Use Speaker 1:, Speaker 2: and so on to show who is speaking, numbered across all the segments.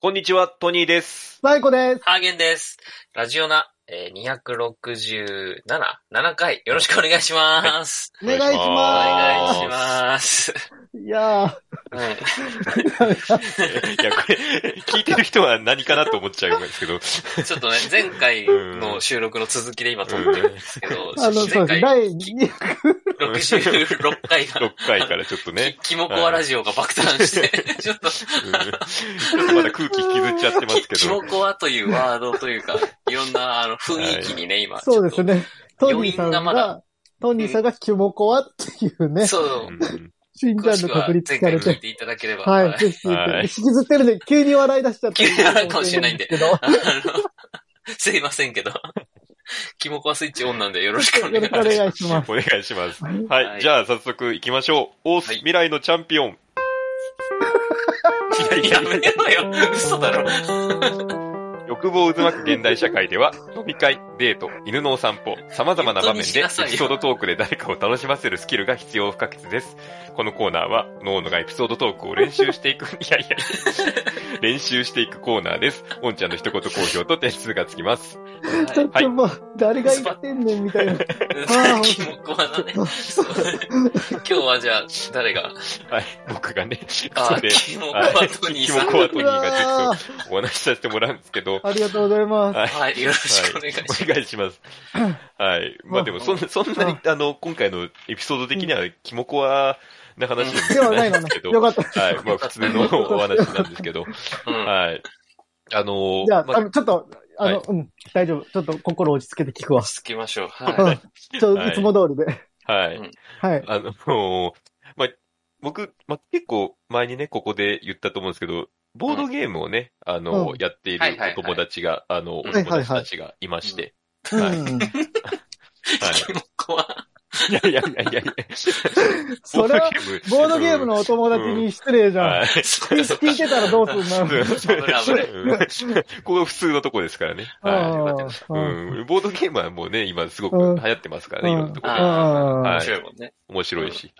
Speaker 1: こんにちは、トニーです。
Speaker 2: サイコです。
Speaker 3: ハーゲンです。ラジオナ、えー、267、7回、よろしくお願いします。
Speaker 2: お願いします。
Speaker 3: お
Speaker 1: は
Speaker 3: 願いします。
Speaker 2: いやー、
Speaker 3: はい
Speaker 1: いや、これ、聞いてる人は何かなと思っちゃうんですけ ど。
Speaker 3: ちょっとね、前回の収録の続きで今撮ってるんですけど、
Speaker 2: あの、そう
Speaker 3: 前
Speaker 2: です。
Speaker 3: 回
Speaker 2: 第2、
Speaker 3: 66回が、
Speaker 1: 6回からちょっとね。
Speaker 3: きキモコアラジオが爆誕して、 ちょっと、
Speaker 1: うんちょっとまだ空気引きずっちゃってます
Speaker 3: き
Speaker 1: け
Speaker 3: キ
Speaker 1: ど
Speaker 3: モ。 コアというワードというか、いろんなあの雰囲気にね、今。
Speaker 2: そうです
Speaker 3: ね。
Speaker 2: ね。トニーさん
Speaker 3: 余韻がま
Speaker 2: が
Speaker 3: だ、
Speaker 2: トニーさんがキモコアっていうね、
Speaker 3: そう
Speaker 1: う。ん
Speaker 2: 新ジ
Speaker 3: 詳
Speaker 2: ャン
Speaker 3: し
Speaker 2: ル
Speaker 3: くは
Speaker 2: 確立
Speaker 3: 前
Speaker 2: さ
Speaker 3: 回
Speaker 2: れ
Speaker 3: 聞い
Speaker 2: て。
Speaker 3: ていただければ。
Speaker 2: はい、ぜひ、
Speaker 1: はい
Speaker 2: 引きずってるんで、急に笑い出しちゃった。
Speaker 3: 急に笑うかもしれないんで
Speaker 2: けど、よ
Speaker 3: あの、すいませんけど、キモコアスイッチオンなんでよろしくお願
Speaker 2: ろ
Speaker 3: い
Speaker 2: し
Speaker 3: し
Speaker 2: くお
Speaker 3: ます。
Speaker 2: 願いします。
Speaker 1: お願いします。
Speaker 2: はい
Speaker 1: はい、
Speaker 3: はい
Speaker 1: じゃあ早速行きましょう。オース
Speaker 3: はい
Speaker 1: 未来のチャンピオン。 いやいや
Speaker 3: やめろよ、嘘だろ。
Speaker 1: 欲望を渦巻く現代社会で は、飲み会、デート、犬のお散歩、様々な場面でエピソードトークで誰かを楽しませるスキルが必要不可欠です。このコーナーは、脳のがエピソードトークを練習していく、い やいや、練習していくコーナーです。おんちゃんの一言好評と点数がつきます。
Speaker 2: ちょっともう、誰が言ってんねんみたいな。
Speaker 3: はいキモコアだね。そう今日はじゃあ、誰が、
Speaker 1: はい、僕がね、
Speaker 3: あ
Speaker 1: それ、
Speaker 3: キモコアトニーさ
Speaker 1: キ
Speaker 3: ん。
Speaker 1: モコアトニー
Speaker 2: う
Speaker 1: がちょっと
Speaker 2: わー
Speaker 1: お話しさせてもらうんですけど、
Speaker 2: ありがとうございます。
Speaker 1: はい。
Speaker 3: はい、よろしくお願いします。
Speaker 1: お願いします。はい。まあでも、そんな、そんなに、あの、今回のエピソード的には、キモコアな話
Speaker 2: ではない
Speaker 1: んで
Speaker 2: の
Speaker 1: すけ。
Speaker 2: ね
Speaker 1: ど、
Speaker 2: よかった。
Speaker 1: はい。まあ、普通 のお話なんですけど、
Speaker 3: うん
Speaker 1: はい。あのー
Speaker 2: じゃ
Speaker 1: ま
Speaker 2: あ、あの、ちょっと、あの、
Speaker 1: は
Speaker 2: うん、大丈夫。ちょっと心落ち着けて聞くわ。
Speaker 3: つきましょう。
Speaker 2: う
Speaker 3: は
Speaker 2: ん。ちょ、
Speaker 1: はい
Speaker 2: いつも通りで。
Speaker 1: はい。
Speaker 2: はい。
Speaker 1: あのーまあ、僕、まあ、結構前にね、ここで言ったと思うんですけど、ボードゲームをね、あのー
Speaker 2: うん
Speaker 1: やっている
Speaker 3: はいはいはい
Speaker 1: お友達が、あの、お
Speaker 3: はい
Speaker 2: はい
Speaker 1: 友達たちがいまして、
Speaker 2: う
Speaker 1: はい
Speaker 2: ん。
Speaker 3: い。 キモコア。
Speaker 1: はい。いやいやいやいやいや、
Speaker 2: それは、ボードゲーム
Speaker 1: うん
Speaker 2: のお友達に失礼じゃん。
Speaker 1: はい。
Speaker 3: そ うかそうか
Speaker 2: 聞いてたらどうすんの
Speaker 3: 危ない
Speaker 1: うんここ普通のとこですからね。 は
Speaker 2: う
Speaker 1: い。
Speaker 2: ん
Speaker 1: うん。ボードゲームはもうね、今すごく
Speaker 2: うん
Speaker 1: 流行ってますからね、いろんなとこ
Speaker 3: あ
Speaker 1: で。
Speaker 2: うん
Speaker 1: は
Speaker 3: 面
Speaker 1: い
Speaker 3: 白いもんね。
Speaker 1: 面白いし。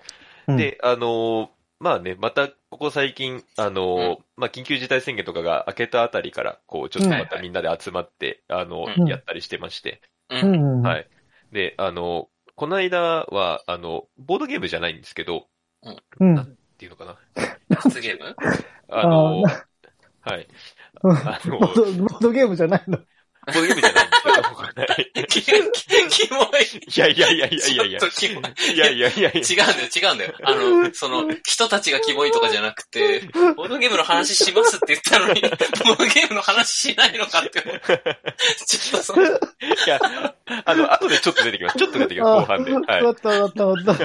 Speaker 2: うん
Speaker 1: で、あのーまあね、また、ここ最近、あのーまあ、緊急事態宣言とかが明けたあたりから、こう、ちょっとまたみんなで集まって、あのー
Speaker 2: うん
Speaker 1: やったりしてまして。
Speaker 3: う。
Speaker 2: うんん。
Speaker 1: はい。で、あのーこの間は、あの、ボードゲームじゃないんですけど、っ
Speaker 2: うん。
Speaker 1: ていうのかな。
Speaker 3: 罰ゲーム
Speaker 1: あのーはい。
Speaker 2: うん
Speaker 1: あのー
Speaker 2: ボードボードゲームじゃないの。
Speaker 1: ボードゲームじゃないんですけど はい、
Speaker 3: キキキモい。
Speaker 1: いやいやいやいやいやいや
Speaker 3: ちょっとキモい。
Speaker 1: いやいやいやいや。
Speaker 3: 違うんだよ、違うんだよ。あの、その、人たちがキモいとかじゃなくて、ボードゲームの話しますって言ったのに、ボードゲームの話しないのかって思う。ちょっとその、
Speaker 1: いや、あの、後でちょっと出てきます。ちょっと出てきます、後半で。
Speaker 2: あ
Speaker 1: はい
Speaker 2: わ。かったわかったわかっ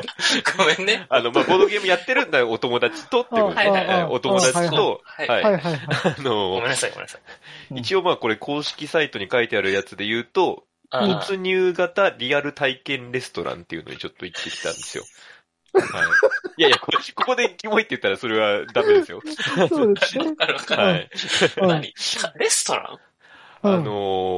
Speaker 2: た。
Speaker 3: ごめんね。
Speaker 1: あの、まあ、ボードゲームやってるんだよ、お友達とってことですね。
Speaker 3: あはいはい
Speaker 1: はいお友達
Speaker 2: あはいはい
Speaker 1: と、
Speaker 3: はい
Speaker 1: は
Speaker 2: はい
Speaker 1: い。
Speaker 2: はいはい。
Speaker 1: あ
Speaker 3: ご
Speaker 1: の
Speaker 3: めん、なさい、ごめんなさい。
Speaker 2: うん
Speaker 1: 一応まあ、これ公式サイトに書いてあるやつで言うと、
Speaker 3: あ
Speaker 1: 没入型リアル体験レストランっていうのにちょっと行ってきたんですよ。はい。いやいや、これここでキモいって言ったらそれはダメですよ。
Speaker 2: そうですね
Speaker 3: ー。わかるわかる。
Speaker 1: はい。
Speaker 2: うん
Speaker 3: 何レストラン
Speaker 2: う
Speaker 1: あ
Speaker 2: ん
Speaker 1: の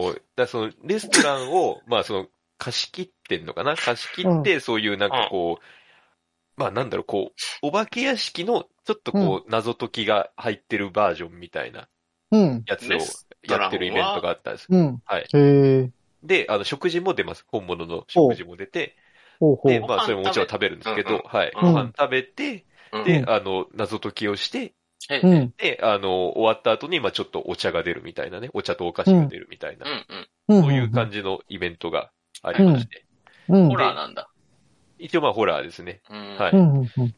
Speaker 1: ーだからその、レストランを、まあその、貸し切ってんのかな貸し切って、そういうなんかこう、まあなんだろう、こう、お化け屋敷の、ちょっとこう、謎解きが入ってるバージョンみたいな
Speaker 2: うん。
Speaker 1: やつを
Speaker 3: レス
Speaker 1: やってるイベントがあったんです。
Speaker 2: うん。
Speaker 1: はい。
Speaker 2: へえ。
Speaker 1: で、あの、食事も出ます。本物の食事も出て、
Speaker 2: ほうほ
Speaker 1: で、
Speaker 2: う。
Speaker 1: まあそれももちろん食べるんですけ
Speaker 3: うん
Speaker 1: ど、はい。
Speaker 3: うん
Speaker 1: ご飯食べて、
Speaker 3: うん
Speaker 1: で、あの、謎解きをして、
Speaker 3: はい。
Speaker 2: う
Speaker 3: うん、
Speaker 2: ん。
Speaker 1: で、あの、終わった後に、まあちょっとお茶が出るみたいなね、お茶とお菓子が出るみたいな、
Speaker 2: うん。
Speaker 1: そういう感じのイベントがありまして、
Speaker 2: じ。うん。
Speaker 3: ホラーなんだ。
Speaker 1: 一応まあホラーですね。
Speaker 3: うん
Speaker 1: はい
Speaker 2: うんうんうん。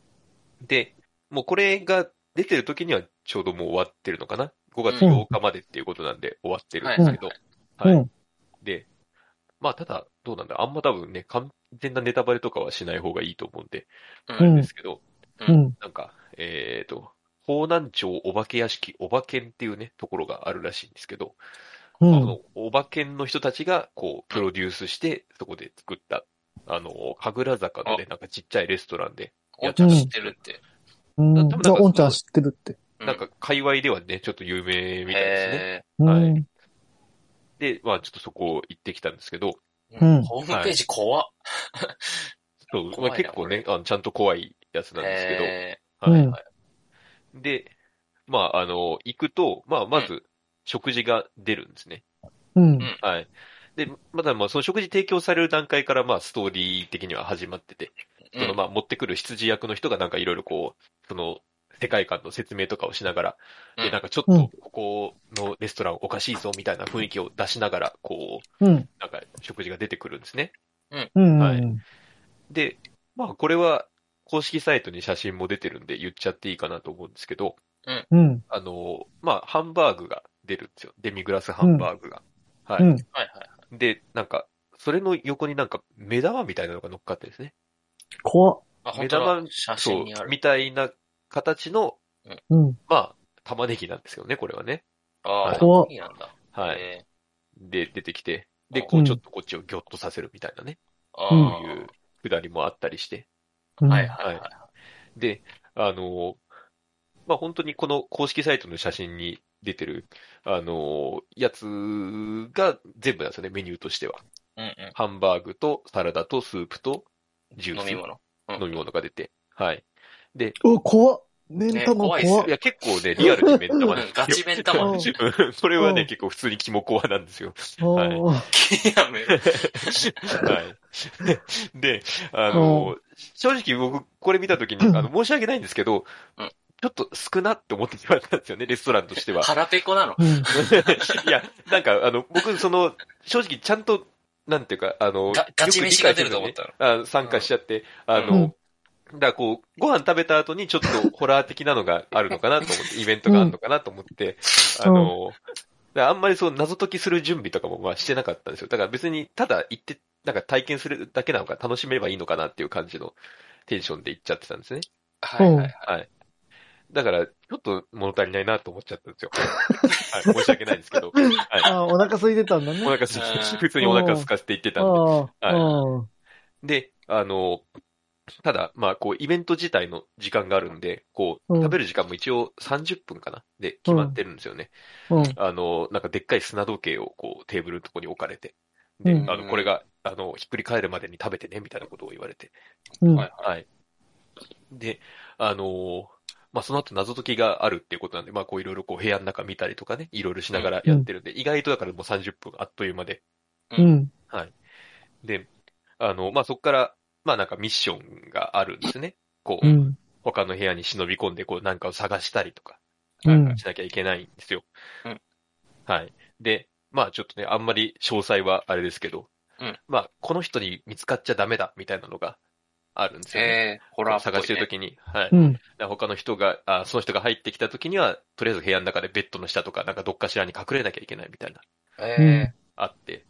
Speaker 1: で、もうこれが出てる時にはちょうどもう終わってるのかな ?5 月8日までっていうことなんで終わってるんですけど。
Speaker 2: うん
Speaker 1: はい。で、まあただ、どうなんだあんま多分ね、完全なネタバレとかはしない方がいいと思うんで、
Speaker 3: う
Speaker 2: うん
Speaker 3: ん。
Speaker 1: ですけど、
Speaker 2: うん。
Speaker 1: なんか、えーと、方南町お化け屋敷おばけんっていうね、ところがあるらしいんですけど、
Speaker 2: う
Speaker 1: そ
Speaker 2: ん。
Speaker 1: のおばけんの人たちがこう、プロデュースして、そこで作った、あの、神楽坂のね、なんかちっちゃいレストランで、
Speaker 3: おんちゃん知ってるって。
Speaker 2: うん。
Speaker 1: 多分なんか
Speaker 2: あおんちゃん知ってるって。
Speaker 3: う
Speaker 1: なんか、界隈ではね、ちょっと有名みたいですね。
Speaker 2: う
Speaker 3: へ
Speaker 2: ん。
Speaker 1: はいで、まあちょっとそこ行ってきたんですけど、
Speaker 3: ー
Speaker 2: うん
Speaker 3: ホームページ怖っ。
Speaker 1: そう
Speaker 3: 怖い
Speaker 1: まあ、
Speaker 3: な
Speaker 1: 結構ねあの、ちゃんと怖いやつなんです
Speaker 3: へ
Speaker 1: けど、
Speaker 2: う
Speaker 1: はい
Speaker 2: ん
Speaker 1: はい。で、まあ、あの、行くと、まあ、まず、食事が出るんですね。
Speaker 2: うん。
Speaker 3: うん
Speaker 1: はい。で、まだまあ、その食事提供される段階から、まあ、ストーリー的には始まってて、その、まあ、持ってくる羊役の人がなんかいろいろこう、その、世界観の説明とかをしながら、
Speaker 3: う
Speaker 1: で、
Speaker 3: ん
Speaker 1: なんかちょっ
Speaker 2: うん
Speaker 1: と、ここのレストランおかしいぞ、みたいな雰囲気を出しながら、こう、
Speaker 2: うん。
Speaker 1: なんか食事が出てくるんですね。
Speaker 2: うん。
Speaker 1: はい
Speaker 2: うん
Speaker 1: で、まあこれは公式サイトに写真も出てるんで言っちゃっていいかなと思うんですけど、
Speaker 2: うん。
Speaker 1: あの、まあハンバーグが出るんですよ。デミグラスハンバーグが。はい、
Speaker 2: うん。
Speaker 3: はいはい。
Speaker 1: で、なんか、それの横になんか目玉みたいなのが乗っかってですね。
Speaker 2: 怖っ。
Speaker 3: あ、本当だ
Speaker 1: 目玉
Speaker 3: 写
Speaker 1: そ
Speaker 3: 真
Speaker 1: う
Speaker 3: にあ、る。
Speaker 1: みたいな形の、
Speaker 2: うん。
Speaker 1: まあ玉ねぎなんですよね、これはね。
Speaker 3: ああ、
Speaker 2: 怖っ
Speaker 3: いいなんだ。
Speaker 1: はい。
Speaker 3: え
Speaker 1: で、出てきて、で、
Speaker 3: うん
Speaker 1: こうちょっとこっちをギョッとさせるみたいなね。
Speaker 3: ーあ
Speaker 2: うん
Speaker 1: こういうくだりもあったりして。
Speaker 2: う
Speaker 3: ー
Speaker 2: ん
Speaker 3: はいはいはい。
Speaker 1: で、あの、まあ、本当にこの公式サイトの写真に出てる、あの、やつが全部なんですよね、メニューとしては。
Speaker 3: うん
Speaker 1: ハンバーグとサラダとスープとジ
Speaker 3: う
Speaker 1: ュー
Speaker 3: ん。飲
Speaker 1: ス、
Speaker 3: み物。
Speaker 1: 飲み物が出て。はい。
Speaker 2: うわ、怖っ。目ん玉怖
Speaker 3: ね怖い
Speaker 2: っ
Speaker 3: っすよ
Speaker 1: いや、結構ね、リアルに目
Speaker 3: う
Speaker 1: 玉
Speaker 3: ん
Speaker 1: なんですよ。
Speaker 3: ガチ弁玉。
Speaker 2: うん
Speaker 3: い
Speaker 1: うん それは
Speaker 2: う
Speaker 1: ね、
Speaker 2: ん
Speaker 1: 結構普通にキモコアなん ですよ。
Speaker 2: ああ
Speaker 3: や、めろ。
Speaker 1: はい。 で、あの、正直僕、これ見たときに、あの、申し訳ないんですけど
Speaker 3: うん、
Speaker 1: ちょっと少なって思ってしまったんですよね、レストランとしては。
Speaker 3: 腹ペコなの。
Speaker 2: う ん。
Speaker 1: いや、なんか、あの、僕、その、正直、ちゃんと、なんていうか、あの、
Speaker 3: ガガチ
Speaker 1: よく理
Speaker 3: 飯
Speaker 1: 解
Speaker 3: が出ると思ったの。
Speaker 1: せずにねあ参加しちゃって、あの、だからこう、ご飯食べた後にちょっとホラー的なのがあるのかなと思って、イベントがあるのかなと思って、あの、だからあんまりそう、謎解きする準備とかもまあしてなかったんですよ。だから別に、ただ行って、なんか体験するだけなのか、楽しめればいいのかなっていう感じのテンションで行っちゃってたんですね。
Speaker 3: はいはいはい。
Speaker 1: だから、ちょっと物足りないなと思っちゃったんですよ。はい、申し訳ないんですけど。はい。
Speaker 2: ああ、お腹空いてたん だね。
Speaker 1: お腹すい
Speaker 3: うん
Speaker 1: て、普通にお腹空かせて言ってたんで。
Speaker 2: ああ、
Speaker 1: はで、あの、ただ、まあ、こう、イベント自体の時間があるんで、こう、
Speaker 2: うん
Speaker 1: 食べる時間も一応30分かなで、決まってるんですよね。
Speaker 2: うん。
Speaker 1: あの、なんかでっかい砂時計を、こう、テーブルのとこに置かれて。で、
Speaker 2: うん
Speaker 1: あの、これが、あの、ひっくり返るまでに食べてね、みたいなことを言われて。
Speaker 2: うん。
Speaker 3: はい
Speaker 1: はい。で、あのーまあ、その後謎解きがあるっていうことなんで、まあ、こういろいろこう部屋の中見たりとかね、いろいろしながらやってるんで、意外とだからもう30分あっという間で
Speaker 2: うん。
Speaker 1: で、あの、まあ、そこから、まあ、なんかミッションがあるんですね。こう、
Speaker 2: うん。
Speaker 1: 他の部屋に忍び込んで、こう、なんかを探したりとか、
Speaker 2: う
Speaker 1: なんんかしなきゃいけないんですよ。
Speaker 3: うん
Speaker 1: はい。で、まあ、ちょっとね、あんまり詳細はあれですけど、
Speaker 3: うん
Speaker 1: まあ、この人に見つかっちゃダメだ、みたいなのがあるんですよね。
Speaker 3: えー、ホラーっぽい、ね。
Speaker 1: 探してるときに、はい。
Speaker 2: うん。
Speaker 1: だから他の人が、あその人が入ってきたときには、とりあえず部屋の中でベッドの下とか、なんかどっかしらに隠れなきゃいけないみたいな。
Speaker 3: え
Speaker 1: あって、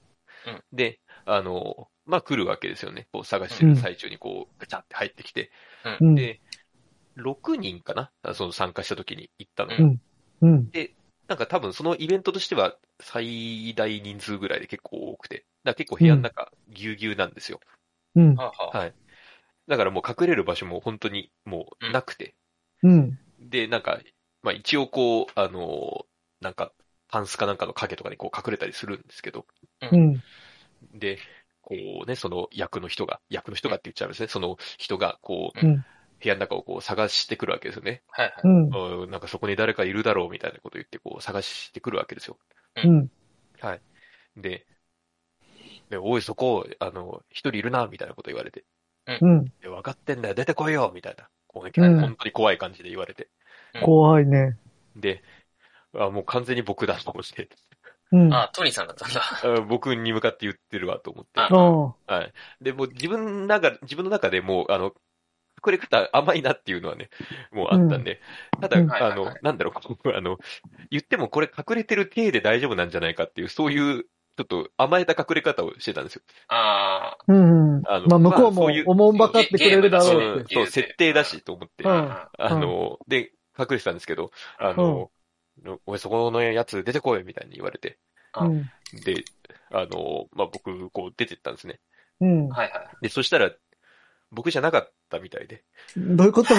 Speaker 3: うん
Speaker 1: で、あの、まあ、来るわけですよね。こう探してる最中にこう、ガチャって入ってきて。
Speaker 2: うん。
Speaker 1: で、6人かなあその参加した時に行ったのが。
Speaker 2: うんうん。
Speaker 1: なんか多分そのイベントとしては最大人数ぐらいで結構多くて。だから結構部屋の中ぎゅうぎゅうなんですよ。
Speaker 2: うん
Speaker 3: ー、。はあはあ
Speaker 1: はい。だからもう隠れる場所も本当にもうなくて。
Speaker 2: うん。
Speaker 1: で、なんか、まあ一応こう、あの、なんか、パンスかなんかの影とかにこう隠れたりするんですけど、
Speaker 2: うん。
Speaker 1: で、こうね、その役の人が、役の人がって言っちゃうんですね。その人が、こう、
Speaker 2: うん
Speaker 1: 部屋の中をこう探してくるわけですよね。
Speaker 3: はいはい。
Speaker 2: うん。
Speaker 1: うんなんかそこに誰かいるだろうみたいなこと言って、こう探してくるわけですよ。
Speaker 2: うん。
Speaker 1: で、でおい、そこ、あの、一人いるな、みたいなこと言われて。
Speaker 2: うん。
Speaker 1: で分かってんだよ、出てこいよみたいな。こうね、
Speaker 2: うん
Speaker 1: 本当に怖い感じで言われて。
Speaker 2: 怖いね。
Speaker 1: で、あもう完全に僕だと思って、
Speaker 2: うん。あ
Speaker 3: あ、トニーさんだったんだ。
Speaker 1: あ僕に向かって言ってるわと思って。
Speaker 3: あ
Speaker 2: あ。
Speaker 1: はい。で、もう自分の中、自分の中でもう、あの、隠れ方甘いなっていうのはね、もうあったんで。ただ、
Speaker 2: うん
Speaker 3: はい
Speaker 1: あ
Speaker 3: はいは
Speaker 1: の
Speaker 3: い、
Speaker 1: なんだろう、 こうあの、言ってもこれ隠れてる体で大丈夫なんじゃないかっていう、そういう、ちょっと甘えた隠れ方をしてたんですよ。
Speaker 3: あ
Speaker 2: うん。うん
Speaker 1: あの
Speaker 2: まあ、向こう
Speaker 1: まあ
Speaker 2: も
Speaker 1: そういう
Speaker 2: おもんばかってくれるだ
Speaker 3: あ
Speaker 1: そ
Speaker 2: ろう
Speaker 1: う
Speaker 2: って。
Speaker 3: ゲー
Speaker 1: そ
Speaker 3: ム
Speaker 1: う、設定だしと思って
Speaker 3: あ。。
Speaker 2: うん
Speaker 1: あの、で、隠れてたんですけど、あの、おい、そこのやつ出てこいみたいに言われて。
Speaker 2: うん。
Speaker 1: で、あの、まあ、僕、こう出てったんですね。
Speaker 2: うん。
Speaker 3: はいは
Speaker 1: で、そしたら、僕じゃなかったみたいで。
Speaker 2: どういうこと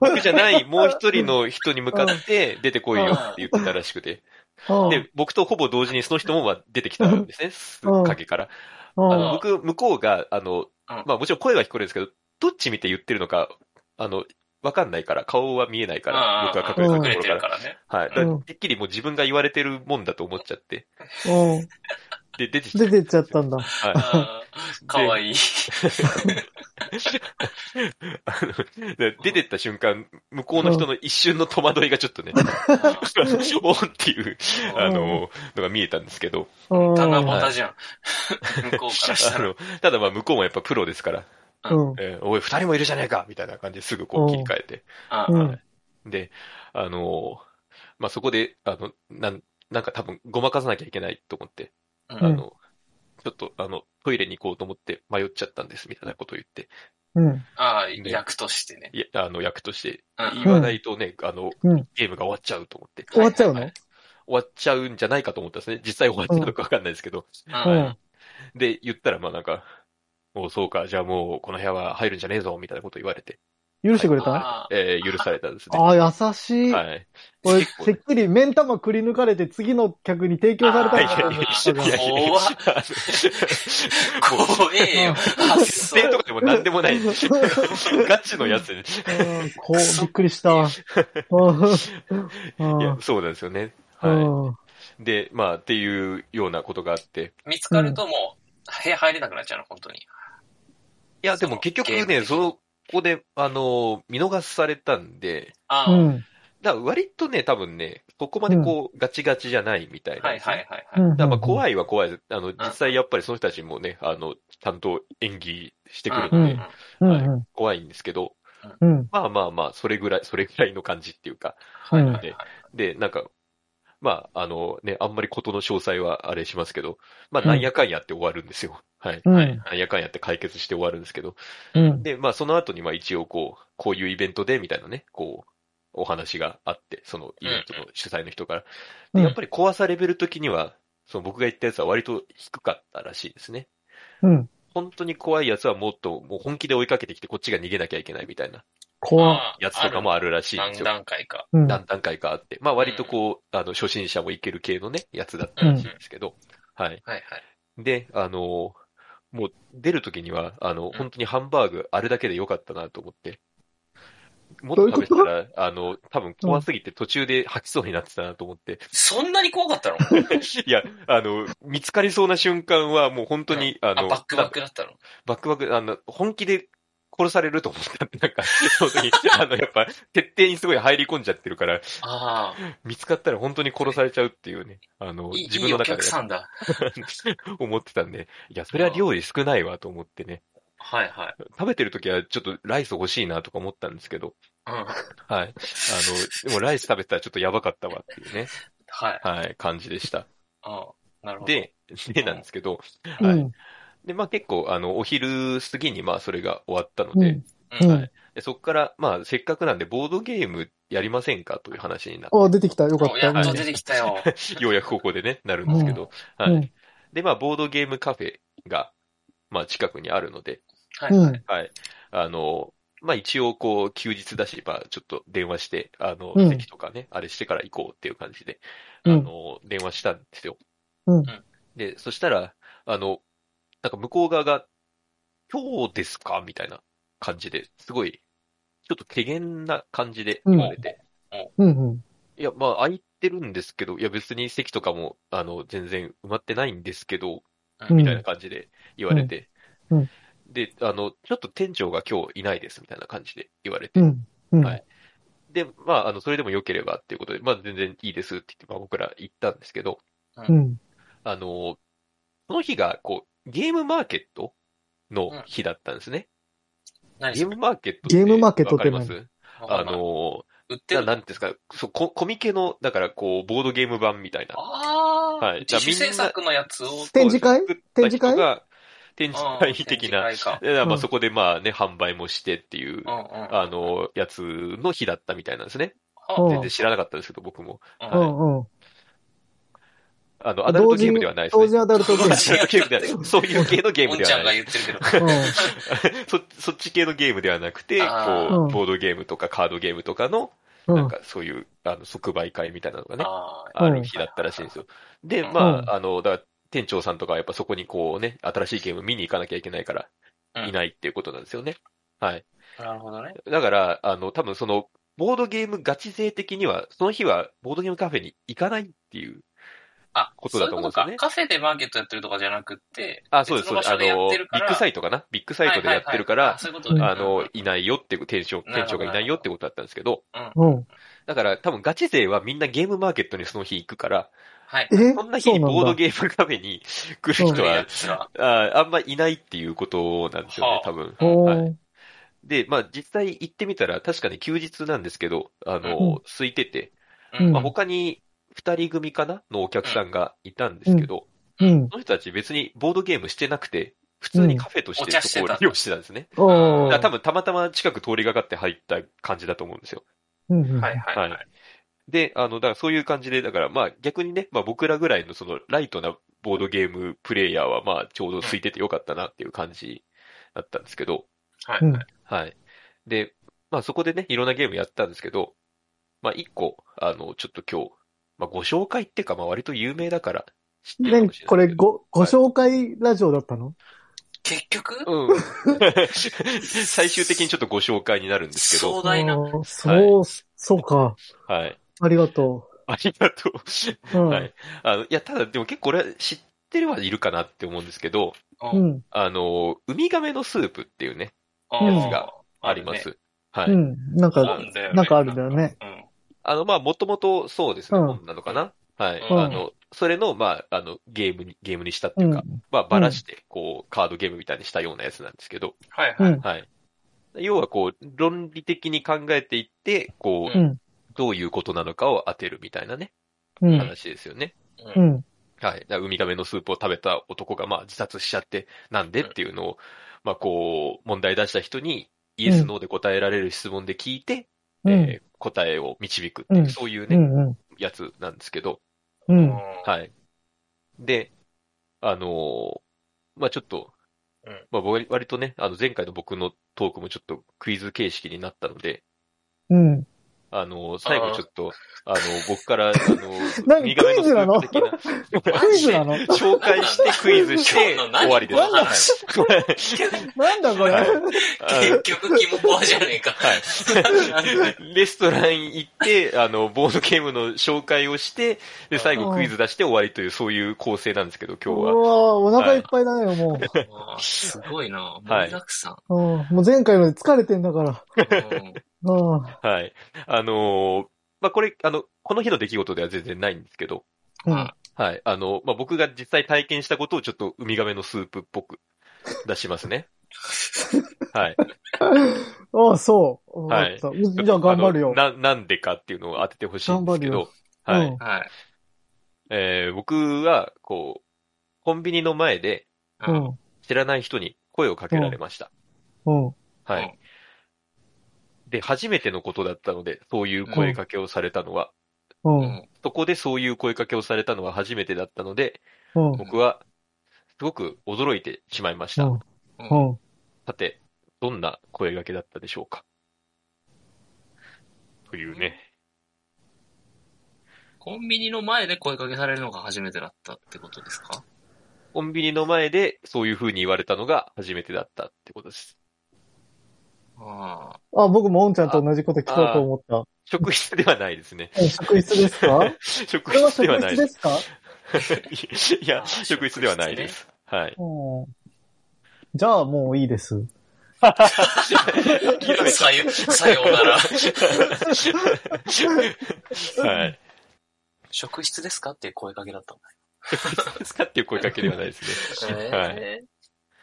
Speaker 1: 僕じゃない、もう一人の人に向かって、出てこいよって言ってたらしくて。
Speaker 2: うん
Speaker 1: で、僕とほぼ同時にその人もまあ出てきたんですね、す
Speaker 2: うん
Speaker 1: 影から。あ
Speaker 2: う
Speaker 1: の
Speaker 2: ん。
Speaker 1: 僕、向こうが、あの
Speaker 3: うん、
Speaker 1: まあもちろん声は聞こえるんですけど、どっち見て言ってるのか、あの、わかんないから、顔は見えないから、
Speaker 3: あ
Speaker 1: 僕
Speaker 3: ー
Speaker 1: は隠れたと
Speaker 2: うん
Speaker 1: こ
Speaker 3: 隠れ
Speaker 1: ろ
Speaker 3: て
Speaker 1: か
Speaker 3: る
Speaker 1: ら。
Speaker 3: からね。
Speaker 1: はい。だから
Speaker 2: うん
Speaker 1: てっきりもう自分が言われてるもんだと思っちゃって。
Speaker 2: うん。
Speaker 1: で、出てきて。
Speaker 2: 出てっちゃったんだ。
Speaker 1: はい。
Speaker 3: あーかわいい。
Speaker 1: あの で出てった瞬間、向こうの人の一瞬の戸惑いがちょっと ね、おーっていう、あの、のが見えたんですけど、
Speaker 2: うん。
Speaker 3: 七夕じゃん。向こうからした
Speaker 1: あ
Speaker 3: ら。
Speaker 1: の、ただまあ向こうもやっぱプロですから、
Speaker 2: うん。
Speaker 1: えーおい、二人もいるじゃねえかみたいな感じですぐこう切り替えて。
Speaker 3: あ
Speaker 2: う
Speaker 3: ー
Speaker 2: ん。
Speaker 1: で、あの、まあ、そこで、あの、なん、なんか多分ごまかさなきゃいけないと思って、
Speaker 3: う
Speaker 1: あ
Speaker 3: ん
Speaker 1: の、ちょっとあの、トイレに行こうと思って迷っちゃったんですみたいなことを言って、
Speaker 2: うん。
Speaker 3: あー、役としてね。
Speaker 1: いや、あの、役として
Speaker 3: うん
Speaker 1: 言わないとね、あの
Speaker 2: うん、
Speaker 1: ゲームが終わっちゃうと思って。
Speaker 2: 終わっちゃうの
Speaker 3: はい
Speaker 1: 終わっちゃうんじゃないかと思ったんですね。実際終わっちゃうのかわかんないですけど。
Speaker 3: はい
Speaker 2: うん
Speaker 3: はい
Speaker 1: で、言ったら、まあなんか、もうそうか、じゃあもうこの部屋は入るんじゃねえぞ、みたいなこと言われて、
Speaker 2: 許してくれ
Speaker 1: うん
Speaker 2: た
Speaker 3: あー
Speaker 1: えー許されたんですね。
Speaker 2: ああ、優しい。
Speaker 1: はい。
Speaker 2: 俺、
Speaker 1: 結構
Speaker 2: せっくり、目ん玉くり抜かれて次の客に提供された
Speaker 1: い
Speaker 2: の
Speaker 1: やいや
Speaker 2: か
Speaker 1: いや
Speaker 2: なと思っ
Speaker 1: いや
Speaker 2: た
Speaker 1: いやいや
Speaker 3: 怖っ
Speaker 1: あのもう、
Speaker 3: 怖えよ。発想
Speaker 1: 性とかでも何でもない。 ガチのやつに。い
Speaker 2: けどうんこう、びっくりした。うん
Speaker 1: や、そうなんですよね。は
Speaker 2: うん
Speaker 1: い。で、まあ、っていうようなことがあって。
Speaker 3: 見つかるともう、部屋入れなくなっちゃうの、本当に。
Speaker 1: いや、でも結
Speaker 3: ゲー
Speaker 1: 局
Speaker 3: ム的
Speaker 1: ね、
Speaker 3: に
Speaker 1: そこで、あの、見逃されたんで、
Speaker 3: あ
Speaker 2: う
Speaker 3: あ、
Speaker 2: ん。
Speaker 1: だから割とね、多分ね、ここまでこう、ガチガチじゃないみたいな
Speaker 3: は
Speaker 1: ん
Speaker 3: い
Speaker 1: ですね。
Speaker 3: はいはいは
Speaker 2: う
Speaker 3: い。
Speaker 1: だ
Speaker 2: ん
Speaker 1: からまあ怖いは怖いです。あの、実際やっぱりその人たちもね、あの、ちゃんと演技してくる
Speaker 3: うん
Speaker 1: の
Speaker 3: う
Speaker 1: で
Speaker 3: ん、
Speaker 2: うん
Speaker 1: はい
Speaker 2: うん
Speaker 1: 怖いんですけど、
Speaker 2: うん。
Speaker 1: まあまあまあ、それぐらい、 それぐらいの感じっていうか。
Speaker 3: はいはいは
Speaker 1: で
Speaker 3: い。
Speaker 1: で、なんか、まあ、あのね、あんまりことの詳細はあれしますけど、まあ、
Speaker 2: うん
Speaker 1: なんやかんやって終わるんですよ。 はい。
Speaker 2: う
Speaker 3: はい
Speaker 2: ん。
Speaker 1: なんやかんやって解決して終わるんですけど。
Speaker 2: うん。
Speaker 1: で、まあ、その後に、まあ、一応こう、こういうイベントで、みたいなね、こう、お話があって、そのイベントの主催の人から。
Speaker 2: うん
Speaker 1: で、やっぱり怖さレベル的には、その僕が言ったやつは割と低かったらしいですね。
Speaker 2: うん。
Speaker 1: 本当に怖いやつはもっと、もう本気で追いかけてきて、こっちが逃げなきゃいけないみたいな
Speaker 2: 怖っ
Speaker 3: あー
Speaker 1: やつとかもあるらしいんで
Speaker 3: 何
Speaker 1: すよ。
Speaker 3: 段階か。
Speaker 2: うん。
Speaker 1: 何段階かあって。まあ割とこう、あの、初心者もいける系のね、やつだった
Speaker 3: う
Speaker 1: ら
Speaker 3: んはい
Speaker 1: しいんですけど。はい。
Speaker 3: はい。
Speaker 1: で、あの、もう出るときには、あの、本当にハンバーグ、あれだけでよかったなと思って。もっと食べてた
Speaker 2: ど
Speaker 1: ら、あの、多分怖すぎて途中で吐きそうになってたなと思って。
Speaker 3: そんなに怖かったの
Speaker 1: いや、あの、見つかりそうな瞬間はもう本当に、あ
Speaker 3: あ、
Speaker 1: の、
Speaker 3: バックバックだったの。
Speaker 1: バックバック、あの、本気で殺されると思ったんで、なんか、その時、あの、やっぱ、徹底にすごい入り込んじゃってるから、
Speaker 3: ああ、
Speaker 1: 見つかったら本当に殺されちゃうっていうね、あの、
Speaker 3: いい
Speaker 1: 自
Speaker 3: い
Speaker 1: 分
Speaker 3: い
Speaker 1: の
Speaker 3: お
Speaker 1: 中
Speaker 3: 客
Speaker 1: で
Speaker 3: さんだ。
Speaker 1: 思ってたんで、いや、それは料理少ないわと思ってね、
Speaker 3: はいはい。
Speaker 1: 食べてる時はちょっとライス欲しいなとか思ったんですけど、
Speaker 3: うん。
Speaker 1: はい。あの、でもライス食べてたらちょっとやばかったわっていうね、
Speaker 3: はい。
Speaker 1: はい、感じでした。
Speaker 3: ああ、なるほど。
Speaker 1: で、でなんですけど、
Speaker 2: う
Speaker 1: はい。
Speaker 2: ん。
Speaker 1: で、まあ結構、あの、お昼過ぎにまあそれが終わったの
Speaker 2: う
Speaker 1: で、
Speaker 2: ん。
Speaker 3: う、
Speaker 2: うんん。
Speaker 1: でそこから、まあ、せっかくなんで、ボードゲームやりませんかという話になっ
Speaker 2: あ、出てきた。よかっ
Speaker 3: お
Speaker 2: た。
Speaker 3: や
Speaker 2: うん
Speaker 3: っと出てきた よ。
Speaker 1: て、ようやくここでね、なるんですけど。はい、
Speaker 2: うん。
Speaker 1: で、まあ、ボードゲームカフェが、まあ、近くにあるので、
Speaker 3: はい
Speaker 2: うん。う
Speaker 3: はい。
Speaker 2: ん
Speaker 1: はい。あの、まあ、一応、こう、休日だし、まあ、ちょっと電話して、あの、
Speaker 2: うん
Speaker 1: 席とかね、あれしてから行こうっていう感じで、あ
Speaker 2: うん
Speaker 1: の、電話したんですよ。
Speaker 2: うん
Speaker 1: で、そしたら、あの、なんか向こう側が、今日ですかみたいな感じで、すごい、ちょっと怪訝な感じで言われて、
Speaker 2: うん。
Speaker 1: いや、まあ、空いてるんですけど、いや、別に席とかも、あの、全然埋まってないんですけど、
Speaker 2: うん
Speaker 1: みたいな感じで言われて
Speaker 2: うんうん、
Speaker 1: で、あの、ちょっと店長が今日いないです、みたいな感じで言われ
Speaker 2: う
Speaker 1: て、
Speaker 2: ん。うん。
Speaker 1: はいで、まあ、あの、それでも良ければっていうことで、まあ、全然いいですって言って、まあ、僕ら行ったんですけど、
Speaker 2: うん。
Speaker 1: あの、その日が、こう、ゲームマーケットの日だったんですね。
Speaker 3: 何
Speaker 1: ゲ
Speaker 3: そ
Speaker 1: ー
Speaker 3: れ
Speaker 1: ムマーケットって
Speaker 2: ゲームマーケットって
Speaker 1: わ
Speaker 2: 何
Speaker 1: かりますあ
Speaker 3: あの、
Speaker 1: の、
Speaker 3: 売って
Speaker 1: な
Speaker 3: る。
Speaker 1: なんていうんですか、そうココミケの、だから、こう、ボードゲーム版みたいな。
Speaker 3: ああ、
Speaker 1: はい
Speaker 3: 自主制作のやつを。
Speaker 2: 展示会
Speaker 1: 作った
Speaker 2: 展示会
Speaker 1: 人が展
Speaker 3: あ
Speaker 1: 示
Speaker 3: ー
Speaker 1: 会的な。
Speaker 3: 展示会か
Speaker 1: でま
Speaker 2: う
Speaker 1: あ、
Speaker 2: ん
Speaker 1: そこでまあね、販売もしてっていう
Speaker 3: う、んうん。
Speaker 1: あの、やつの日だったみたいなんですね。
Speaker 3: あ
Speaker 2: うん
Speaker 1: 全然知らなかったんですけど、僕も。
Speaker 2: う
Speaker 1: は
Speaker 2: ん。うん。
Speaker 1: あの、アダルトゲームではないです
Speaker 2: 同
Speaker 1: ね。
Speaker 2: 時アダルトゲー
Speaker 3: 同
Speaker 2: ム
Speaker 3: 時
Speaker 1: アダルトゲームではない。そういう系のゲー
Speaker 3: お
Speaker 1: ム
Speaker 3: ん
Speaker 1: で
Speaker 3: ちゃ
Speaker 1: は
Speaker 3: ん
Speaker 1: な
Speaker 3: が
Speaker 1: い。
Speaker 3: 言ってるけど。
Speaker 1: そそっち系のゲームではなくて、こ
Speaker 3: あー
Speaker 2: うん
Speaker 1: う、ボードゲームとかカードゲームとかの、
Speaker 2: うん。う
Speaker 1: なん
Speaker 2: ん。
Speaker 1: かそういう、あの、即売会みたいなのがね、
Speaker 3: ああ、
Speaker 1: ある日だったらしいんですよ。で、まあ、あの、だから店長さんとかはやっぱそこにこうね、新しいゲーム見に行かなきゃいけないから、
Speaker 3: うん
Speaker 1: いないっていうことなんですよね。はい。
Speaker 3: なるほどね。
Speaker 1: だから、あの、多分その、ボードゲームガチ勢的には、その日はボードゲームカフェに行かないっていう。
Speaker 3: あ、
Speaker 1: こと
Speaker 3: そ
Speaker 1: だ
Speaker 3: ういう
Speaker 1: と
Speaker 3: こ
Speaker 1: 思うん
Speaker 3: と
Speaker 1: ですよ
Speaker 3: か
Speaker 1: ね。
Speaker 3: カフェでマーケットやってるとかじゃなくて、
Speaker 1: あ、そうです、そうです。あ
Speaker 3: 別の場所
Speaker 1: の、ビ
Speaker 3: でやってるから
Speaker 1: ッグサイトかなビッグサイトでやってるか
Speaker 3: はいはいはいあ
Speaker 1: ら、
Speaker 3: そういうことね
Speaker 1: あの
Speaker 3: うん、
Speaker 1: いないよって、店長、店長がいないよってことだったんですけど、
Speaker 2: うん。
Speaker 1: だから多分ガチ勢はみんなゲームマーケットにその日行くから、
Speaker 3: はい。
Speaker 2: え
Speaker 1: そんな日
Speaker 2: そう
Speaker 1: に
Speaker 2: なんだ
Speaker 1: ボードゲームカフェに来る人
Speaker 3: 来る
Speaker 1: は
Speaker 3: や、つら。
Speaker 1: ああんまいないっていうことなんですよね
Speaker 3: は、あ
Speaker 1: 多分。
Speaker 2: お
Speaker 1: はい
Speaker 2: ー
Speaker 1: で、まあ実際行ってみたら、確かに休日なんですけど、あ
Speaker 2: う
Speaker 1: の、空いてて、
Speaker 3: うん
Speaker 2: うん
Speaker 1: まあ他に二人組かなのお客さんがいたんですけど、
Speaker 2: うん。
Speaker 1: その人たち別にボードゲームしてなくて、普通にカフェとし
Speaker 3: うんお茶
Speaker 1: て
Speaker 3: し
Speaker 1: そ
Speaker 3: て
Speaker 1: こを
Speaker 3: た
Speaker 1: 利用してたんですね。
Speaker 2: お
Speaker 1: だから
Speaker 2: ー
Speaker 1: 多分たまたま近く通りがかって入った感じだと思うんですよ。
Speaker 2: うんうん
Speaker 3: はいはいはい。
Speaker 1: で、あの、だからそういう感じで、だからまあ逆にね、まあ僕らぐらいのそのライトなボードゲームプレイヤーはまあちょうど空いててよかったなっていう感じだったんですけど、
Speaker 3: はい
Speaker 2: うん
Speaker 3: はい。
Speaker 1: はい。で、まあそこでね、いろんなゲームやったんですけど、まあ一個、あの、ちょっと今日、まあご紹介っていうかまあ割と有名だから知ってるか
Speaker 2: ね
Speaker 1: もしれないけど。
Speaker 2: これ、ご、ご紹介ラジオだったの
Speaker 3: 結局、
Speaker 1: うん。 最終的にちょっとご紹介になるんですけど、
Speaker 3: 壮大な。
Speaker 2: あーそう、そうか。
Speaker 1: はい。
Speaker 2: ありがと
Speaker 1: ありがとう。
Speaker 2: う。うん。
Speaker 1: はい。あの、いや、ただでも結構俺は知ってるはいるかなって思うんですけど、
Speaker 2: う
Speaker 3: うん。
Speaker 2: ん。
Speaker 1: あの、ウミガメのスープっていうね、
Speaker 2: うん
Speaker 1: やつがありま。す。は
Speaker 2: う
Speaker 1: い。
Speaker 2: ん。なん
Speaker 3: あ
Speaker 2: か
Speaker 3: る、ね
Speaker 2: なんかあるんだよ。ね。
Speaker 3: うん。
Speaker 1: あの、まあ、もともとそうですね、
Speaker 2: うん
Speaker 1: 本なのかな。はい。
Speaker 3: うん
Speaker 1: あの、それの、まあ、あの、ゲームに、ゲームにしたってい
Speaker 2: う
Speaker 1: うんか、。まあ、ばらして、こう、カードゲームみたいにしたようなやつなんですけど、
Speaker 3: はいは
Speaker 2: う
Speaker 3: い。
Speaker 2: ん。
Speaker 1: はい。要は、こう、論理的に考えていって、こ
Speaker 2: う
Speaker 1: う、
Speaker 2: ん。
Speaker 1: どういうことなのかを当てるみたいなね、
Speaker 2: うん。
Speaker 1: 話ですよね。
Speaker 2: う
Speaker 3: うん
Speaker 2: ん。
Speaker 1: はい。だからウミガメのスープを食べた男が、まあ、自殺しちゃって、なんでっていうのを、まあ、こう、問題出した人に、イエス、ノーで答えられる質問で聞いて、
Speaker 2: うん。うん
Speaker 1: えー答えを導くっていう、
Speaker 2: うん
Speaker 1: そういう
Speaker 2: う
Speaker 1: ね、
Speaker 2: ん。
Speaker 1: やつなんですけど、
Speaker 2: う。
Speaker 3: うんん
Speaker 1: はい。で、あのーまあちょっと
Speaker 3: うん、
Speaker 1: まあ割割とね、あの前回の僕のトークもちょっとクイズ形式になったので、
Speaker 2: うん。
Speaker 1: あのー最後ちょっと、あのー僕から、あのー
Speaker 2: 何
Speaker 1: ウミガメの
Speaker 2: クイズなの
Speaker 1: スープ的 な
Speaker 2: クイズなの
Speaker 1: 紹介してクイズして
Speaker 3: 今日の何
Speaker 1: 終わりです。
Speaker 3: 何の
Speaker 1: はい
Speaker 3: 話
Speaker 2: なんだこれ。
Speaker 1: はい
Speaker 3: 結局、キモコアじゃねえか。
Speaker 1: はい。レストラン行って、あの、ボードゲームの紹介をして、で、最後クイズ出して終わりという、そういう構成なんですけど、今日
Speaker 2: う
Speaker 1: は。
Speaker 2: わーお腹いっぱいだね、も
Speaker 3: あーすごいな。
Speaker 1: は
Speaker 3: 盛
Speaker 1: い
Speaker 3: りだくさん。
Speaker 2: う。うん。もう前回まで疲れてんだから。
Speaker 3: うん
Speaker 2: うん。
Speaker 1: はい。あのーまあ、これ、あの、この日の出来事では全然ないんですけど、
Speaker 2: うん。
Speaker 1: はい。あの、まあ、僕が実際体験したことをちょっとウミガメのスープっぽく出します ね。はい。
Speaker 2: ああ、そう。わ
Speaker 1: は
Speaker 2: か
Speaker 1: い
Speaker 2: った。じゃあ頑張るよ。
Speaker 1: あのな、なんでかっていうのを当ててほしいんですけど、
Speaker 2: 頑張
Speaker 1: は
Speaker 2: る
Speaker 1: い。
Speaker 2: ようん
Speaker 3: はい。
Speaker 1: えー僕は、こう、コンビニの前で
Speaker 2: う
Speaker 3: うん
Speaker 2: ん。
Speaker 1: 知らない人に声をかけられました。
Speaker 2: うん。
Speaker 1: は
Speaker 3: うん
Speaker 1: い。で、初めてのことだったので、そういう声かけをされたのは、
Speaker 2: うん。
Speaker 1: そこでそういう声かけをされたのは初めてだったので、
Speaker 2: うん。
Speaker 1: 僕は、すごく驚いてしまいました。
Speaker 2: うん。
Speaker 3: うん
Speaker 2: うん。
Speaker 1: さて、どんな声掛けだったでしょうかというね。
Speaker 3: コンビニの前で声かけされるのが初めてだったってことですか
Speaker 1: コンビニの前でそういう風に言われたのが初めてだったってことです。
Speaker 3: ああ。
Speaker 2: あ、僕もおんちゃんと同じこと聞こうと思った。
Speaker 1: 職質ではないです ね。
Speaker 2: え職質ですかこ
Speaker 1: 職
Speaker 2: れは
Speaker 1: 質
Speaker 2: 職
Speaker 1: ではな
Speaker 2: 質
Speaker 1: い
Speaker 2: で
Speaker 1: です
Speaker 2: か
Speaker 1: す。いや、
Speaker 3: あ
Speaker 1: 職質ではないです。はい。
Speaker 2: うん。じゃあもういいです。
Speaker 1: 諦めた
Speaker 3: さよ、さようなら。
Speaker 1: はい。
Speaker 3: 職質ですかっていう声かけだった
Speaker 1: ですかっていう声かけではないですね。はい。
Speaker 3: え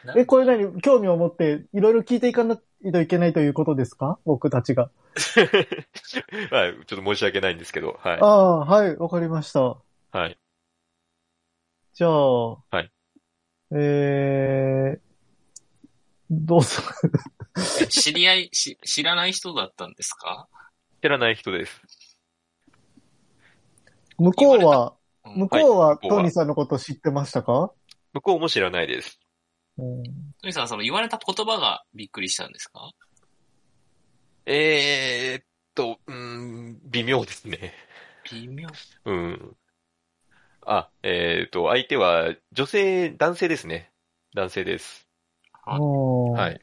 Speaker 3: ー
Speaker 2: え、これ何興味を持っていろいろ聞いていかないといけないということですか僕たちが。
Speaker 1: はい。ちょっと申し訳ないんですけど、はい
Speaker 2: あ。あ、はい、わかりました。
Speaker 1: はい。
Speaker 2: じゃあ、
Speaker 1: はい。
Speaker 2: えー、ど うする
Speaker 3: 知り合い、し、知らない人だったんですか
Speaker 1: 知らない人です。
Speaker 2: 向こうは、
Speaker 3: うん
Speaker 2: 向こうは
Speaker 1: 向こうは
Speaker 2: トニーさんのこと知ってましたか、
Speaker 1: 向こうも知らないです。
Speaker 2: うん、
Speaker 3: トミさん、その言われた言葉がびっくりしたんですか
Speaker 1: えーっと、うーん、微妙ですね。
Speaker 3: 微妙。
Speaker 1: うん。あ、えーっと、相手は女性、男性ですね。男性です。
Speaker 3: あ
Speaker 2: うん
Speaker 1: はい。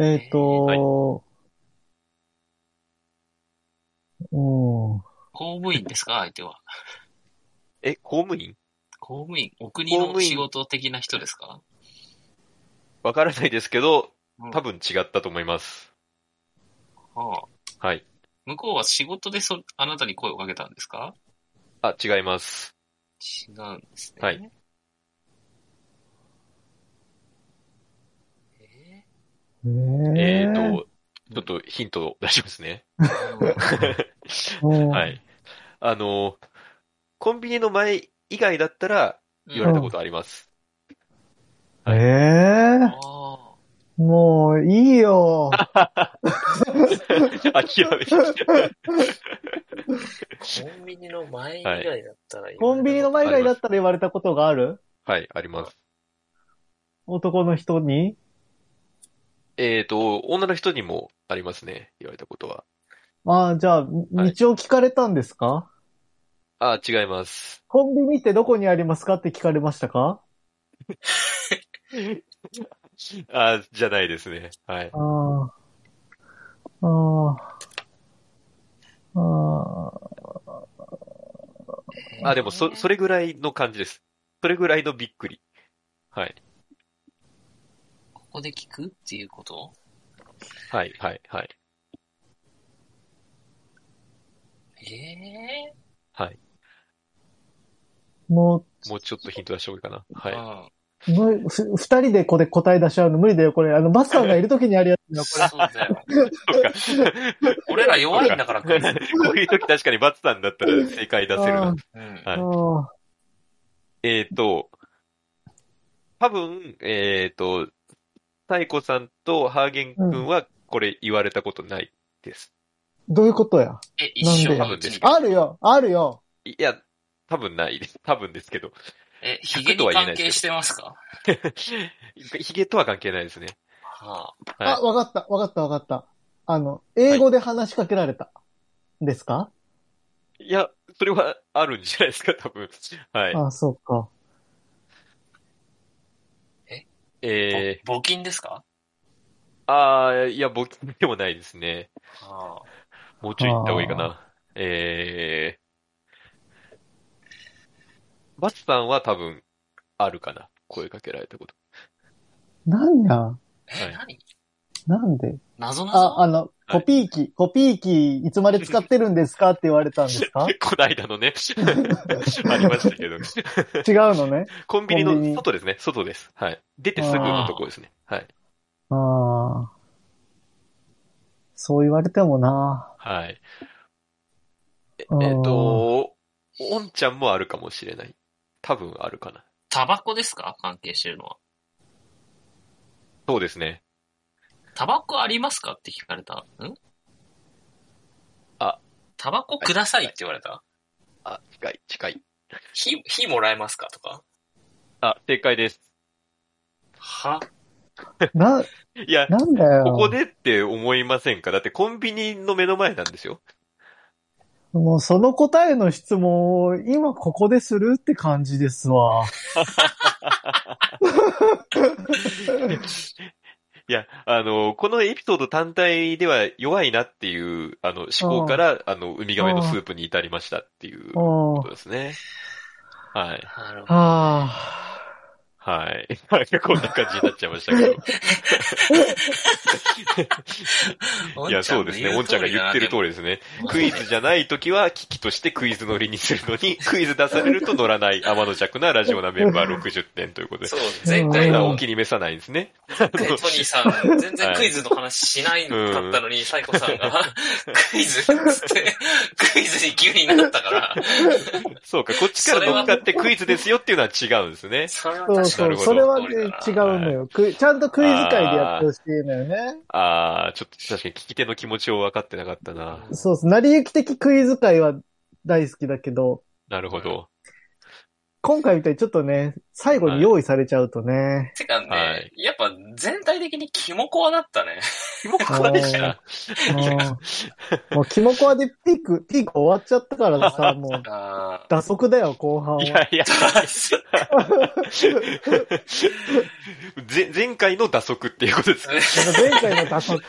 Speaker 2: えっ、と、うん。
Speaker 3: 公務員ですか相手は。
Speaker 1: え、公務員
Speaker 3: 公務員お国の仕事的な人ですか
Speaker 1: わからないですけど
Speaker 3: うん、
Speaker 1: 多分違ったと思います。
Speaker 3: はあ、
Speaker 1: はい。
Speaker 3: 向こうは仕事でそ、あなたに声をかけたんですか
Speaker 1: あ、違います。
Speaker 3: 違うんですね。
Speaker 1: はい。
Speaker 3: え
Speaker 1: え
Speaker 2: え
Speaker 1: っ、
Speaker 2: ー
Speaker 1: と、ちょっとヒントを出しますね。
Speaker 3: ー
Speaker 2: と、うん
Speaker 1: はい。あの、コンビニの前以外だったら 言われたことあります。
Speaker 2: え
Speaker 1: はい
Speaker 2: え
Speaker 3: あ
Speaker 2: もう、いいよ。
Speaker 1: 諦めてきた。
Speaker 3: ーコンビニの前以外だったらいい、
Speaker 2: コンビニの前以外だったら言われたことがある
Speaker 1: はい、あります。
Speaker 2: 男の人に
Speaker 1: えっ、と、女の人にもありますね、言われたことは。
Speaker 2: ああ、じゃあ、道を
Speaker 1: はい
Speaker 2: 聞かれたんですか、
Speaker 1: あ、違います。
Speaker 2: コンビニってどこにありますかって聞かれましたか
Speaker 1: あ、じゃないですね。はい。
Speaker 2: ああ。ああ。ああ。
Speaker 1: あ、でも、そ、それぐらいの感じです。それぐらいのびっくり。はい。
Speaker 3: ここで聞くっていうこと
Speaker 1: はい、はい、はい。
Speaker 3: ええ
Speaker 1: はい。
Speaker 2: も
Speaker 1: もうちょっとヒント出した方がいいかな。
Speaker 3: ー
Speaker 1: は
Speaker 3: うん
Speaker 2: う、むふ二人でこれ答え出し合うの無理だよ、これ。あの、バスさんがいる時にあるやつだよ、こ
Speaker 3: そうだ よ。 俺ら弱いんだから、クイズ。
Speaker 1: い。 こういう時確かにバツさんだったら正解出せる
Speaker 2: う。
Speaker 1: なん
Speaker 3: うん。
Speaker 1: はい
Speaker 2: れ。
Speaker 1: え
Speaker 2: あ
Speaker 1: っ、と、多分、えっ、と、サイコさんとハーゲン君はこれ言われたことないです。
Speaker 2: ーどういうことや
Speaker 3: え、一生のうちに。
Speaker 2: あるよ、あるよ。
Speaker 1: いや、多分ないです。多分ですけど。
Speaker 3: え、ヒゲに関係してますか
Speaker 1: ヒゲとは関係ないですね。
Speaker 3: は
Speaker 1: はい
Speaker 2: あ、わかった、わかった、わかった。あの、英語で話しかけられた。ですか
Speaker 1: いや、それはあるんじゃないですか、多分。はい。
Speaker 2: あ、そうか。
Speaker 3: あ、
Speaker 1: え
Speaker 3: ぼ募金ですか
Speaker 1: ー、あー、いや、募金でもないですね。
Speaker 3: は
Speaker 1: もうちょい行った方がいいかな。えー、バツさんは多分、あるかな。声かけられたこと。
Speaker 2: なんや
Speaker 3: あ、え、
Speaker 1: はい
Speaker 3: 何
Speaker 2: なんで
Speaker 3: 謎な
Speaker 2: あ、あの、
Speaker 1: はい
Speaker 2: コピー機、コピー機、いつまで使ってるんですかって言われたんですか
Speaker 1: こないだの ね。ありましたけど。
Speaker 2: 違うのね。
Speaker 1: コンビニ
Speaker 2: コンビニ
Speaker 1: の外ですね。外です。はい。出てすぐのとこですね。はい。
Speaker 2: ああ。そう言われてもな。
Speaker 1: はい。えっ、
Speaker 2: あー
Speaker 1: と、おんちゃんもあるかもしれない。多分あるかな。
Speaker 3: タバコですか関係してるのは。
Speaker 1: そうですね。
Speaker 3: タバコありますかって聞かれた。ん
Speaker 1: あ。
Speaker 3: タバコくださいって言われた。
Speaker 1: あ、近い、近い。
Speaker 3: 火、火もらえますかとか。
Speaker 1: あ、正解です。
Speaker 3: は
Speaker 2: な、
Speaker 1: いや、
Speaker 2: なんだよ。
Speaker 1: ここでって思いませんかだってコンビニの目の前なんですよ。
Speaker 2: もうその答えの質問を今ここでするって感じですわ。
Speaker 1: いや、あの、このエピソード単体では弱いなっていう、あの、思考から、あの、ウミガメのスープに至りましたっていう
Speaker 2: う
Speaker 1: こ
Speaker 2: ん。は
Speaker 1: とですね。はい。
Speaker 3: なるほど。
Speaker 2: あ。
Speaker 1: はい。 なんかこんな感じになっちゃいましたけど。いや、そうですね。 おんちゃんが言ってる通りですね。
Speaker 3: り
Speaker 1: クイズじゃないときは、危機としてクイズ乗りにするのに、クイズ出されると乗らない、天の弱なラジオなメンバー60点ということで。
Speaker 3: そう、
Speaker 2: 前回
Speaker 3: 前
Speaker 1: これ
Speaker 3: 回
Speaker 1: が
Speaker 3: の
Speaker 1: お気に召さないんですね。
Speaker 3: トニーさん、全然クイズの話しないかったのに、サイコさんが、クイズっつって、クイズに急になったから、
Speaker 1: そうか、こっちから乗っかってクイズですよっていうのは違うんですね。
Speaker 3: それは
Speaker 2: そう
Speaker 3: 確か
Speaker 2: そ
Speaker 1: な
Speaker 2: う。
Speaker 1: るほど
Speaker 2: そ
Speaker 3: に
Speaker 2: れはね、
Speaker 3: 通
Speaker 2: 違う
Speaker 3: りだな
Speaker 2: のよ、クイちゃんとクイズ会でやってほしいのよね。
Speaker 1: あー、ちょっと確かに聞き手の気持ちを分かってなかったな。
Speaker 2: そうそう。成り行き的クイズ会は大好きだけど、
Speaker 1: なるほど。
Speaker 2: 今回みたいにちょっとね、最後に用意されちゃうとね。
Speaker 3: てかね、
Speaker 1: はい
Speaker 3: やっぱ全体的にキモコアだったね。
Speaker 1: キモコアでした。
Speaker 2: うんもう、キモコアでピーク、ピーク終わっちゃったからさ、もう、
Speaker 3: あ
Speaker 2: 打足だよ、後半は。
Speaker 1: いやいや。
Speaker 3: ー
Speaker 1: ぜ前回の打足っていうことです ね。
Speaker 2: 前回の打足。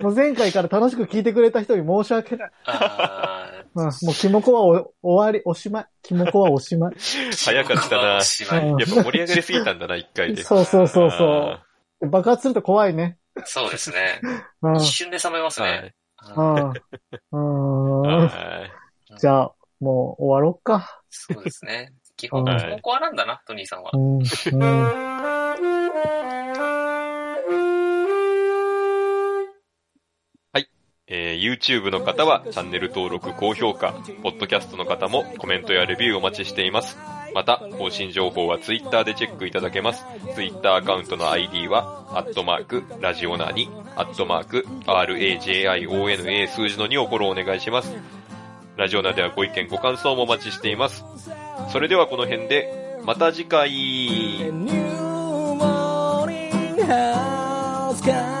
Speaker 2: もう前回から楽しく聞いてくれた人に申し訳ない。
Speaker 3: あ
Speaker 2: うん、もうキモコはお終わり、おしまい。キモコはおしまい。
Speaker 3: ー
Speaker 1: 早かったな
Speaker 3: おしまい
Speaker 2: うん
Speaker 1: やっぱ盛り上がりすぎたんだな、一回で。
Speaker 2: そうそうそうそ
Speaker 1: あ
Speaker 2: う。爆発すると怖いね。
Speaker 3: そうですね。
Speaker 2: うん。う
Speaker 3: 一瞬で冷めます
Speaker 1: ー。は
Speaker 3: ね
Speaker 1: い。。
Speaker 2: ん。 うん。
Speaker 1: はい
Speaker 2: じゃあ、もう終わろっか。
Speaker 3: そうですね。基本、
Speaker 2: はい
Speaker 3: キモコアなんだな、トニーさんは
Speaker 2: う。ん。うん。
Speaker 1: えー YouTube の方はチャンネル登録、高評価、Podcast の方もコメントやレビューお待ちしています。また、更新情報は Twitter でチェックいただけます。Twitter アカウントの ID は、アットマーク、ラジオナに、アットマーク、RAJIONA 数字の2をフォローお願いします。ラジオナではご意見、ご感想もお待ちしています。それではこの辺で、また次回。
Speaker 4: A new morning has come